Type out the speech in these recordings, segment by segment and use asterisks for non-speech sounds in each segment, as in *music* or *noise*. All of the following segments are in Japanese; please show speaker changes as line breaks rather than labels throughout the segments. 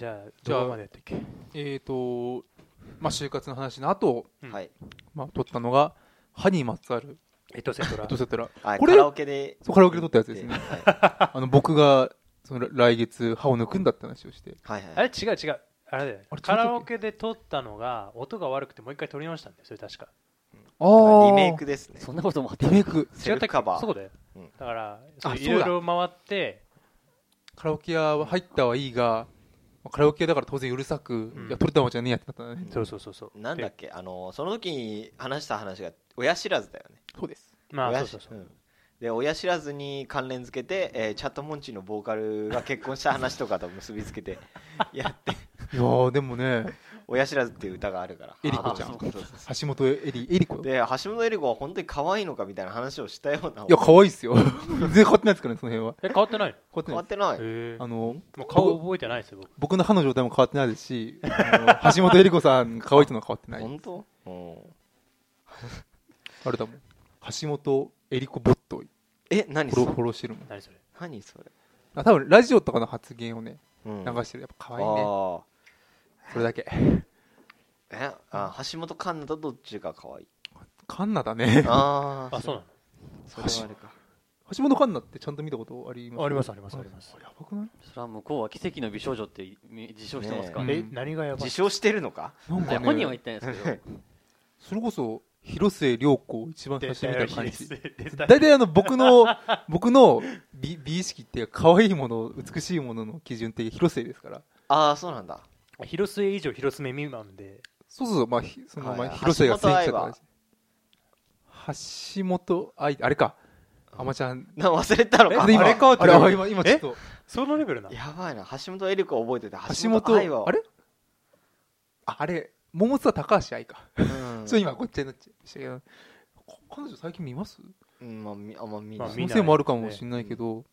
じゃあ
じゃあ
どこまでやったっけ
えーとまあ、就活の話の後、
うん
はい
まあ撮ったのが歯にまつわる
エトセトラ
エトセトラ
はい
こ
カ
れ
ラオケで
そうカラオケで撮ったやつですね
は
あの僕がその来月歯を抜くんだって話をして
いはい
あ
はい
れ違う違うあれだよ
あれ
カラオケで撮ったのが音が悪くてもう一回撮り直したんですよそれ確か
あー
リメイクですね
そんなこともあった
リメイク
セルフカバー
そうだよ
うん
だから
あ
そう
そう
い
だ
ろいろ回って
カラオケ屋は入ったはいいがまあカラオケ屋だから当然うるさく、
うん
いや撮れたもんじゃねえやってなったんだね、
そうそうそうそう
なんだっ
で
けあのその時に話した話が親知らずだよね
そうです
まあ
親
そう
知
そうそう
うんで親知らずに関連付けて、えーチャットモンチーのボーカルが結婚した話とかと結び
*laughs*
つけてやって
いやーでもね
親知らずっていう歌があるから
エリコちゃん
あそうそうそう
橋本エリエリコい
で橋本エリコは本当に可愛いのかみたいな話をしたような
や可愛いっすよ全然変わってないですからねその辺は
え変わってないの
変わって
変
な
わ
い
っ
です
てない
へえ
あの
もう顔覚えてないですよ僕
僕の歯の状態も変わってないですしあの橋本恵里子さん可愛いっていうのは変わってない
本当うん
あれだもん橋本恵里子ボット
え何
フォ
そ
ロー
れ
フォローしてるもん
何それ
何それ、
あ多分ラジオとかの発言をね
うん
流してるやっぱ可
あ
愛いね
ー
それだけ *laughs*
えあ橋本環奈とどっちが可
*laughs*
愛い
カンナだね
ああ
あそうな
それはあれか
*laughs* 橋本環奈ってちゃんと見たことあります
のありますありますあります
やばくない
それは向こうは奇跡の美少女って自称してますか
う
ら、
ね
え何がやばい
自称してるのか
なん
いや
か
本人は
ね
言ってないですけど
それこそ広末涼子を一番最初に見た感
*laughs*
じ
大
大体あの僕の *laughs* 僕の美美意識って可愛いもの美しいものの基準って広末ですから
ああそうなんだ
広末以上広末未満で
そうそうそうまあひその
はい
ま
はい
あ広末が先駆者だ
橋本愛
から橋本愛あれかあまちゃん
な忘れたの
え
か
で今
あれかって
あれあ今今ちょっと
そのレベルなの
やばいな橋本エリコを覚えてて
橋
橋本愛は
本あれああれ桃津は高橋愛か
うん
そう今ごっちゃになっちゃいましたけどこ彼女最近見ます
うんまあみあんま見
ま
な
あ
い
そ
見
の
ない
せいもあるかもしれないけど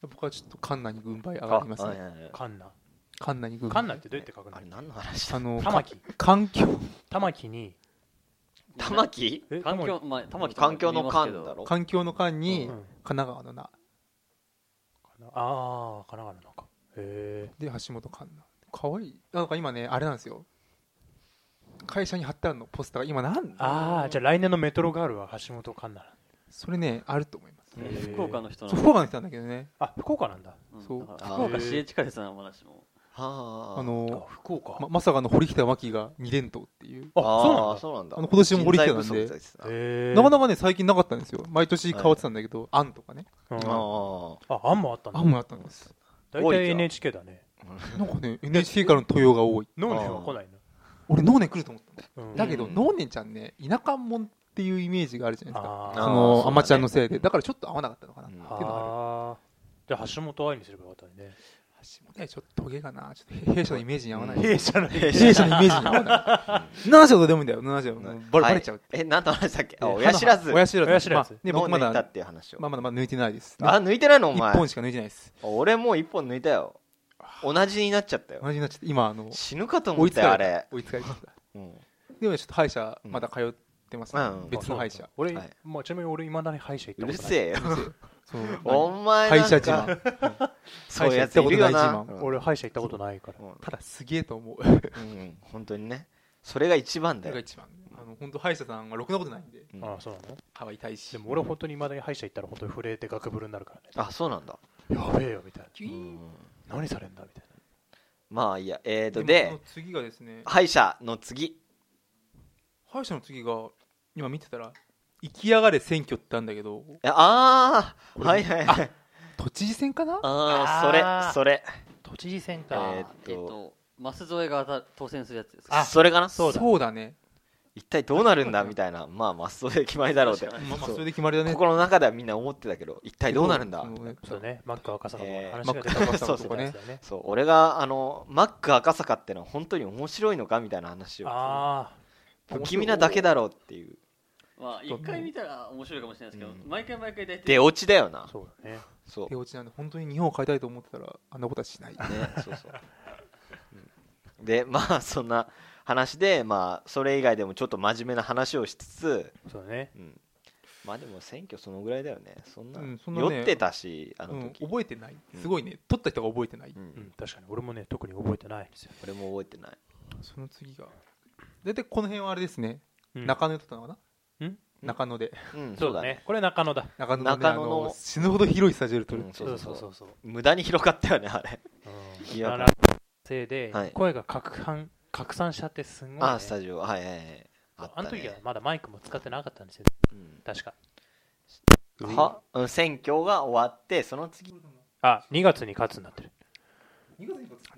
僕はちょっとカンナに軍配上がります
あ
ね
はいはいはい
カンナ
カンナに軍
カ
配
ンナってどうやって書くの
あれ何の話だ
あの
玉
か
木
環境
玉木に
玉木
え
環
玉
境まあ玉木とも
環境の
言いますけ
環
ど
だろ
環境の環
木
に
うん
神奈川の名
かなああ神奈川のかへえ
で橋本環奈かわいいなんか今ねあれなんですよ会社に貼ってあるのポスターが今なん
ああじゃあ来年のメトロガールは橋本環奈
それねあると思います
えー福岡の人
そう
の
福岡の人なんだけどね
あ福岡なんだ
そう
うんだから
あー
福岡市営地下鉄の話も
は
あの
あ福岡
ままさかの堀北真希が2連投っていう
あ
あー
そ
そうなんだ
あの今年も堀北なんで
人材不足
う
すな
なんだへえ
なかなかね最近なかったんですよ毎年変わってたんだけど案とかね
うん
あー
ああんもあったんだ
案もあったんです
大
多い
体
じゃん
NHK だね
なんかね NHK からの登用が多い
能年は来ない
俺能年来ると思った
な
だけど
うん
能年ちゃんね田舎もんっていうイメージがあるじゃないですか
あ
そ
ー
あーそうだ
の
ね
アマちゃんのせいでだからちょっと合わなかったのかな
うん
っていうのがある
あーじゃあ橋本愛にすればよかったね
橋本ねちょっとトゲがなちょっと弊社のイメージに合わない
弊社の
弊
弊社のイメージに合わ *laughs* ない7社とでもいいんだよ7社もうバレ
はい
バレちゃう
え何の話だっけあ
え
親知らず
親知らず
親知らず
まあね僕ま
脳抜いたっ
だ
ていう話を
まあまだまだ抜いてないです
あ抜いてないのお前
1本しか抜いてないです
俺もう一本抜いたよ同じになっちゃったよ
同じになっちゃって今あの
死ぬかと思
追
っ
いつ
たよ
か
あ
れ
れ
た追いつかれちゃった
うん
でもねちょっと歯医者まだ通ってますね、
うんうん
別の歯医者
あそうなんだ
は
俺
い
まあちなみに俺いまだに歯医者行
う
った
る
ことない
せえよ
そう
お前
歯
なん
医者
か
自慢
*laughs* そういうやついるよ
歯医者行った
な
こと
うん
俺歯医者行ったことないから
うん
ただすげえと思う
うん本当にねそれが一番
そ
だ
れが
よ
一番あの本当歯医者さんはろくなことないんで
うん
ああそうなの
歯は痛いし
でも俺本当にいまだに歯医者行ったら本当に震えてガクブルになるからね
あそうなんだ
やべえよみたい
キュイーン
うん
な何されんだみたいな
まあいいやえーと
もそ
で
の次がですね
歯医者の次
歯医者の次が今見てたら「生き上がれ選挙」ってあるんだけど
えああ
これ
はいはいはい
都知事選かな
あ
あ
あ
ー
それ
都知事選
え
ー
か
っと,、えっとマス添えが当た当選するやつです
それそれかな
そうだ
そうだね
一体どうなるんだみたいなまあまあそういう決まりだろうって
確か
まあまあ
そう
それで決まりだね
心の中ではみんな思ってたけど一体どうなるんだ
そのね
そうねマック赤坂の
えー
話が出た
マッ
やつ
ク赤坂とかね
だよね
そう俺があのマック赤坂ってのは本当に面白いのかみたいな話を
あ
不気味なだけだろうっていう
まあ一回見たら面白いかもしれないですけど、
うん
毎回毎回大体
出落ちだよ
あ
な
そうだね
そう
手落ちなんで本当に日本を変えたいと思ってたらあんなことはしない
ね、そうそう。うんで、まあ、そんな話で、まあ、それ以外でもちょっと真面目な話をしつつ、
そうだね
うんまあでも選挙そのぐらいだよねそんな,、
うんそんなね
酔ってたしあ
う
の
ん、
時、
覚えてない
うん
すごいね取った人が覚えてない、
う
うんん、確かに俺もね特に覚えてないんですよ、
俺も覚えてない
その次が大体この辺はあれですね、
うん
中野で取ったのかな、
うん
中野で
うん
そ
そうう
だ
だ
ね
ね
これ中野だ
中野の,、ね、
中野の
あの死ぬほど広いスタジオで
う
取る、
んそうそうそう
そうそう
無駄に広かったよねあれ
そう、
いうや
ん、あのせいで
はい
声が拡散拡散しちゃってすごい、ね、
ああスタジオはいはいはい
あ
あった、ね、
の時はまだマイクも使ってなかったんですよ確か
うん、はうん選挙が終わってその次
あ2月に勝つになってる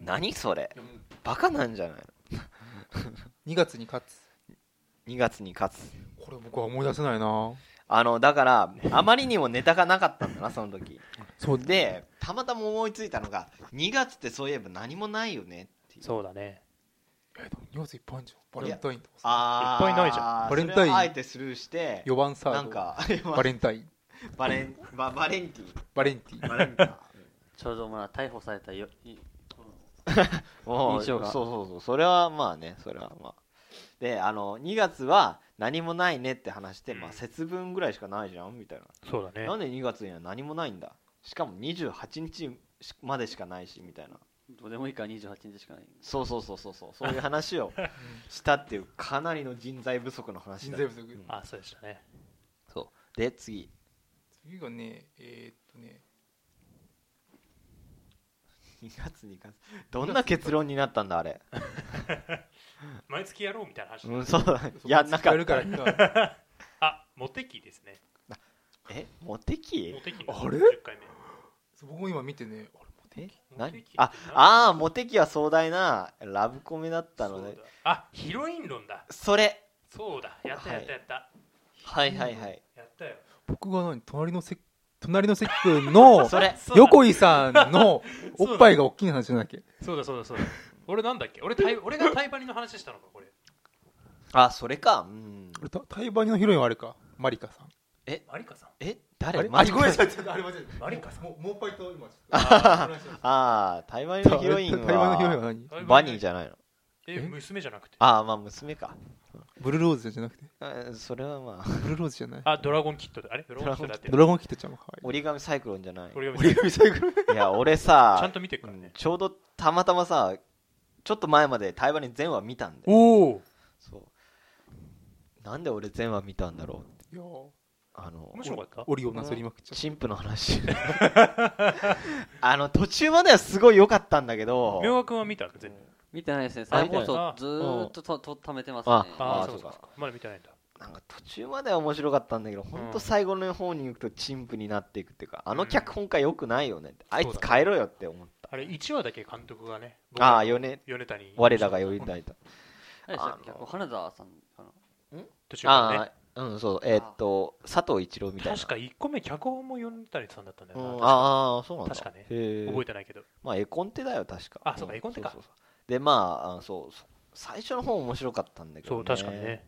何それバカなんじゃない
2月に勝つ
の2月に勝つ
これ僕は思い出せないな
あのだからあまりにもネタがなかったんだなその時
そう
でたまたま思いついたのが2月ってそういえば何もないよねっていう
そうだね
えーでも2月いっぱいあるんじゃんバレンタインとかさ
あ
いっぱいないじゃ
ん
バ
バレ
レン
ン
タ
タ
イ
イン
ンそれはあえてスルーして
4番サード
なんか
バレンタイン
*laughs* バレンババレンティ
バレンティ
バレンタ
ちょうどまだ逮捕されたよい
もう
*laughs* 印象が
そうそうそうそれはまあねそれはまあであの2月は何もないねって話して、まあ、節分ぐらいしかないじゃんみたいな
そうだね
なんで2月には何もないんだしかも28日までしかないしみたいな
どうでもいいから28日しかない
そうそうそうそうそうそういう話をしたっていうかなりの人材不足の話
人
だ
材不足
うん
あそうでしたね
そうで次
次がねえーっとね
2月に関すどんな結論になったんだあれ、
毎月やろうみたいな話、
うん、そうだね
そう
いやなんか
やるからいい
*laughs*
な
あモテ期ですね
えモテ期
モテ期
のあれ
10回目
そう僕も今見てねあれモテ
え
モテ
何
期
ああーモテ期は壮大なラブコメだったので
そうだあヒロイン論だ
それ
そうだやったやったやった、
はいはいはい
やったよ
僕が何隣の席隣の席君の
それ
そうだ
横井さんのおっぱいが大きい話じゃなきゃ
そうだそうだそうだ俺なんだっけ俺タイ俺がタイバニの話したのかこれ
あそれかうん
俺たタイバニのヒロインはあれかマリカさん
マリカさん
え
あ
誰
れ
マ
あ
ジ
ごめんなさいちょっとあれ間違えた
マリカさん
もうもうパイと今ちょっと
あ
話しま
あー台湾
した
のヒロイン
台湾のヒロインは
は
何
バニーじ
ゃ
ゃないの
え
え
娘じゃなくて
ああまあ娘か
ブルーローズじゃなくて
うんそれはまあ
*laughs*
ブルーローズじゃない
あドラゴンキットだあれドラゴンキットだって
ドラゴンキットちゃんも可愛い
折り紙サイクロンじゃない
俺が見
折
てる
り紙サイクル
いや俺
ちゃ
さ
んと見てる
う
から
ん
ね
ちょうどたまたまさちょっと前まで台湾に全話見たんで
おお
そうなんで俺全話見たんだろう
いやー
あの
面白かった
オリをなすりまくっちゃっ
神父の話 *laughs* あの途中まではすごい良かったんだけど
明和君は見た全部
見てないですね
あ
再
見てな
放
い
送ずーっととと貯めてます
あ
ね
あ
あ
あ
ー
そう
そう
か
か
まだ見てないんだ
なんか途中までは面白かったんだけど本当最後の方に行くと陳腐になっていくっていうかあの脚本家良くないよねってあいつ変えろよって思った
あれ1話だけ監督がね
ああ米
米谷
我らが呼びたいと
何でしたっけ
あの
こう花田さんかな
途中からね
ああうんそうえーっと佐藤一郎みたいな
確か1個目脚本も米谷さんだったんだよ
う
な、
ん
確か
ああそうなんだ
確かね
へえ
覚えてないけど
まあ絵コンテだよ確か
あそうか絵コンテか
そうそうそうでまああそうそう最初の方面白かったんだけど、
そう確かにね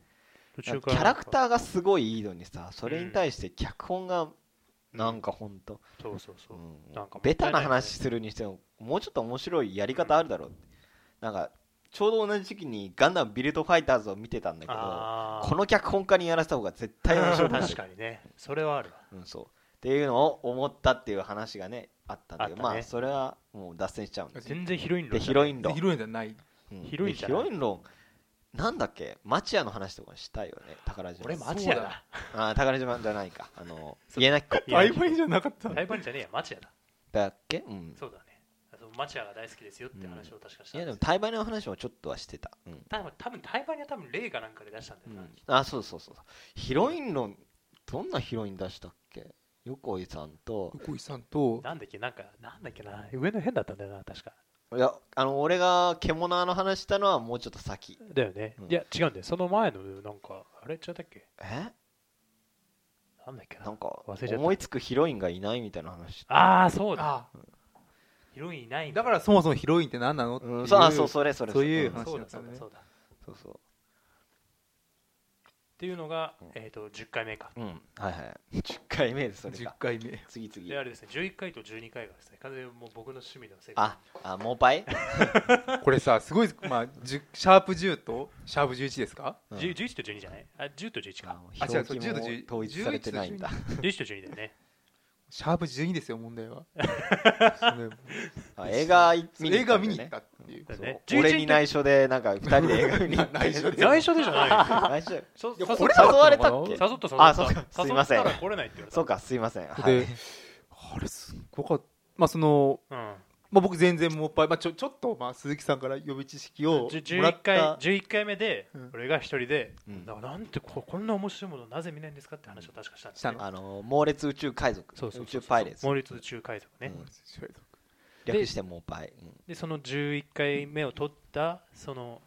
途
なん
中か
かキ
ら
ャラクターがすごいいいのにさそれに対して脚本がなんかほんと、
そうそうそううんなんかもったいないね
ベタな話するにしてももうちょっと面白いやり方あるだろうってなんかちょうど同じ時期にガンダムビルドファイターズを見てたんだけど
ああ
この脚本家にやらせた方が絶対面白くなる
確かにねそれはあるわ
うん、そうっていうのを思ったっていう話がねあったんだけど、
あったね
まあそれはもう脱線しちゃうんです
全然ヒロイン
で
論
ヒロ
イン
イン
て
論
ヒロインじゃない
うん
ヒロインじゃ
ヒ
ない
ロイン論なんだっけ町屋の話とかしたいよね宝島
俺マチや
そう
だ
あー宝島じゃないかあの家なき子
や
曖昧じゃなかった
台湾じゃねえやマチやだ
だっけうん
そうだねあのマチやが大好きですよって話を確かし
い
たん
や
で
ですも台湾の話もちょっとはしてたうん、
多分多分台湾には多分例かなんかで出したんだ
う
よな、
んあそうそうそうヒロイン論どんなヒロイン出したっけ横井さんと
横井さんと
なんだっけなんかなんだっけな上の変だったんだよな確か
いやあの俺が獣の話したのはもうちょっと先
だよね、
うん
いや違うんだよその前のなんかあれ違ったっけ
え
なんだっけな
なんか
忘れちゃった
思いつくヒロインがいないみたいな話
ああそうだ
あ
ヒロインいないん
だからそもそもヒロインって何なのってい
うん、
う
そうあそうそれそれ
そういう
うん
話
そう
だ
だ
った
そうだ
ね
そうだ
そうそう
っていうのが
うん、
えー、と10回目か
うんはいはい10回目ですそれ
10
が
回目
次々
であれですね11回と12回がですね完全にもう僕の趣味の世界
ああモバイ、
これさすごいまあ10シャープ10とシャープ11ですか
うん
じゅ11と12じゃないあ10と11か
あ違う
表記
10と11
も統一されてないんだ
11と12だよね
シャープ12ですよ問題はそれ
あ映画見に行
映
った
画
んだよね
見に行ったっていう
だよ
そう
ね11
俺に内緒でなんか二人で映画見に行って
内緒で
内緒でじゃないよ
内緒
そ
いや
誘
これ
誘
誘われたっけ
誘った誘った
あそうかすいません
誘ったら来れないって言われた
そうかすいませんは
で
い、
あれすごかったまあその、
うん
まあ、僕全然もっぱい、まあ、ちょちょっと、まあ、鈴木さんから予備知識を
じゅ
もらっ
11回
た
11回目で
うん
俺が一人で
うん
だからなんてここんな面白いものなぜ見ないんですかって話を確かしたんです
した
よ
の
あの猛烈宇宙海賊
そうそうそう
宇宙パイレーツ
猛烈中海賊ね
うん略してモパイ、うん
でその11回目を取ったその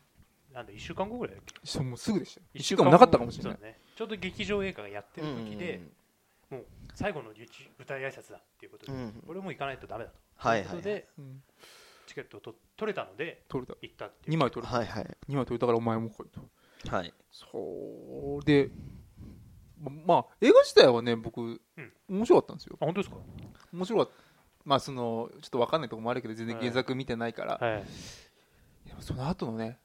なんだ1週間後ぐらいだっけ
そうもうすぐでしたよ
一
一週間もなかったかもしれない
そうだねちょうど劇場映画がやってる時で、もう最後のゆち舞台挨拶だっていうことで、
うんうん
俺も行かないとダメだと
はいは
と
い
いうこと
はい
で
うん
チケットを取取れたので
取れた
行ったっていう
2枚取れた
はいはい
2枚取れたからお前も来いと
はい
そうでままあ映画自体はね僕、面白かったんですよ
あ本当ですか
面白かったまあそのちょっと分かんないところもあるけど全然原作見てないから、
はい
でもその後のね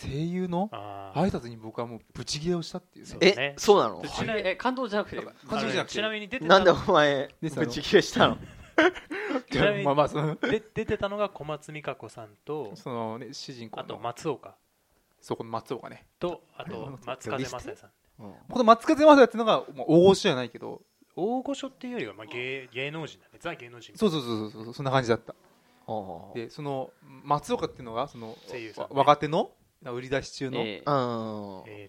声優の
あー
挨拶に僕はもうブチギレをしたっていうね
そうだね
えそうなの
で
ちなみにえ感動じゃなくて
なんか感動じゃなくて
あのちなみに出てた
なんでお前
でその
ぶち切れしたの
ちなみに
まあまあその
で出てたのが小松美香子さんと
その、ね、主人公
あと
の
松岡
そこの松岡ね
とあ
あれ
と
松
松風正也さん
この松風正也っていうのが、まあ、大御所じゃないけど
大御所っていうよりは、まあ、芸芸能人だねザ芸能人
そうそうそうそうそうそんな感じだった
うん
でその松岡っていうのがその
声優さんね
わ若手の売り出し中の、
ええ
うん
え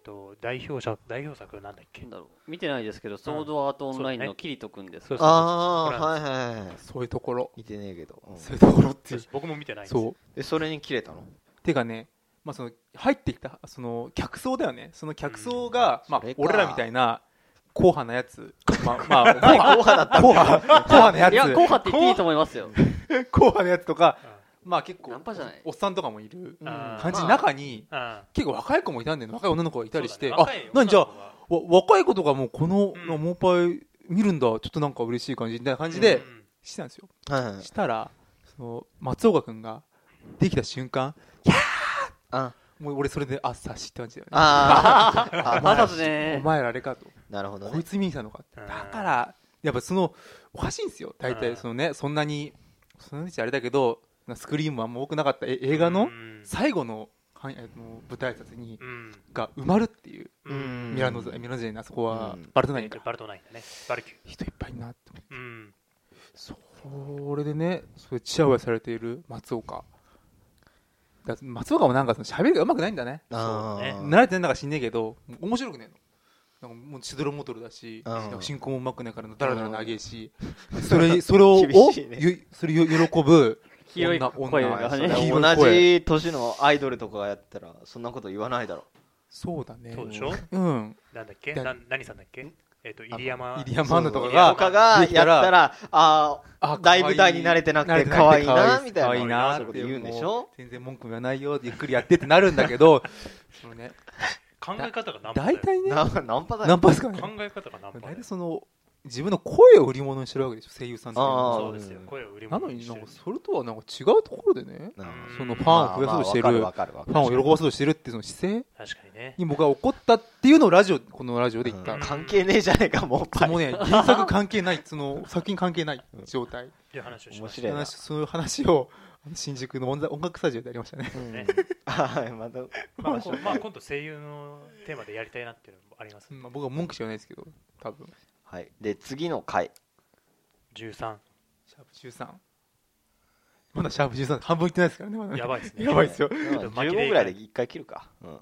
ー、と代表者代表作なんだっけ
なんだろう見てないですけど、ソードアートオンラインのキリト君です。
そうそうそう
あ
これなん
あ
で
はいはいはい
そういうところ
見てねえけど、うん
そういうところって
す
い
よ
う
そう僕も見てないんです
そう
でそれに切れたの
てかね、まあ、その入ってきたその客層だよねその客層が、まあ
それ、か
俺らみたいな硬派なやつまあ、まあ、硬派
派だった
硬派硬派なやつ
いや、後派って言っていいと
硬
思いますよ。
硬派なやつとか、まあ、結構
ナンパじゃない
おっさんとかもいる
うん
あー
感じ、
まあ
中に
うんうん
結構若い子もいたんだよね若い女の子がいたりして、
そう
あ
だね
何じゃあ
若い女の
わ若い子とかもこの、
うん
なモーパイ見るんだちょっとなんか嬉しい感じみたいな感じ
子が
で、
うん
してたんですよ
はいはい
したらその松岡君ができた瞬間
あ
もう俺それであ察しって感じだよね
あーあ
わ
ま
ざ
だ
とね
お。前らあれかと、
なるほど
こい
ね
つ見に来たのかって
うん
だからやっぱそのおかしいんですよ大
う
体
ん
そのねそんなにそんなにあれだけどスクリーンもあんま多くなかったえ映画
う
の
ん
最後のはんあの舞台挨拶に
うん
が埋まるっていう
うん
ミラノ座ミラノ座にあそこは
うん
バルトナイン
えー
か
とバルトナインだねバルキュー
人いっぱいいるなって思って
うん
それでねそれチヤホヤされている松岡だ松岡もなんかその喋りがうまくないんだね
あ
そうね
ー
慣れてんだか知んねえけどもう面白くねえのなんかもうしどろもどろだし、
うん
なんか進行もうまくないからだらだら長えし、それそ
*laughs*
れを
厳しいね
おゆそれよ喜ぶ
清い
女
声
女
が
そ
ね
れ
黄色い
同
声
じ年のアイドルとかがやったらそんなこと言わないだろ
そうだね
そうでしょ
うん
なんだっけ
だ
な何さんだっけえっと入山
入山アンナとか
そう
が
そう他がやったらあ
あ
あだいぶ台に慣れてなくて可愛いなみたいな
可愛いな
そういうこと言うんでしょ
全然文句言わないよゆっくりやってってなるんだけ
*laughs*
どそのね
考え方がナンパだ
大
よ
体ね
なナンパだ
ナ
よ
ンパですからね
考え方がナンパだ
大
よ
体その自分の声を売り物にしてるわけでしょ声優さんっていうの
あ
は
ー
そうですよ声を売り
な
物
の
に
に
して
なん
る
かそれとはなんか違うところでね
うん
うん
そのファンを増やそうとしてる、
まあまあわかるわか
フ
る
ァン
わ
を
かる
喜ばそうとしてるっていうその姿勢
確かにね
に僕は怒ったっていうのをラジオこのラジオで言った、
うん
か
関係ねえじゃねえかもう
そのね原作関係ないその作品関係ない状態、
っていう話をしま
面
した
白いな
話そういう話をあの新宿の音楽音楽スタジオでやりましたね
うん
ね
はいまた
まあこうまあ今度声優のテーマでやりたいなっていうのもあります
うんまあ僕は文句しか言わないですけど多分
はいで次の回
13
シャープ13まだシャープ13半分いってないですからねまだね
やばいですね
やばいですよ
まあ15ぐらいで一回切るかうん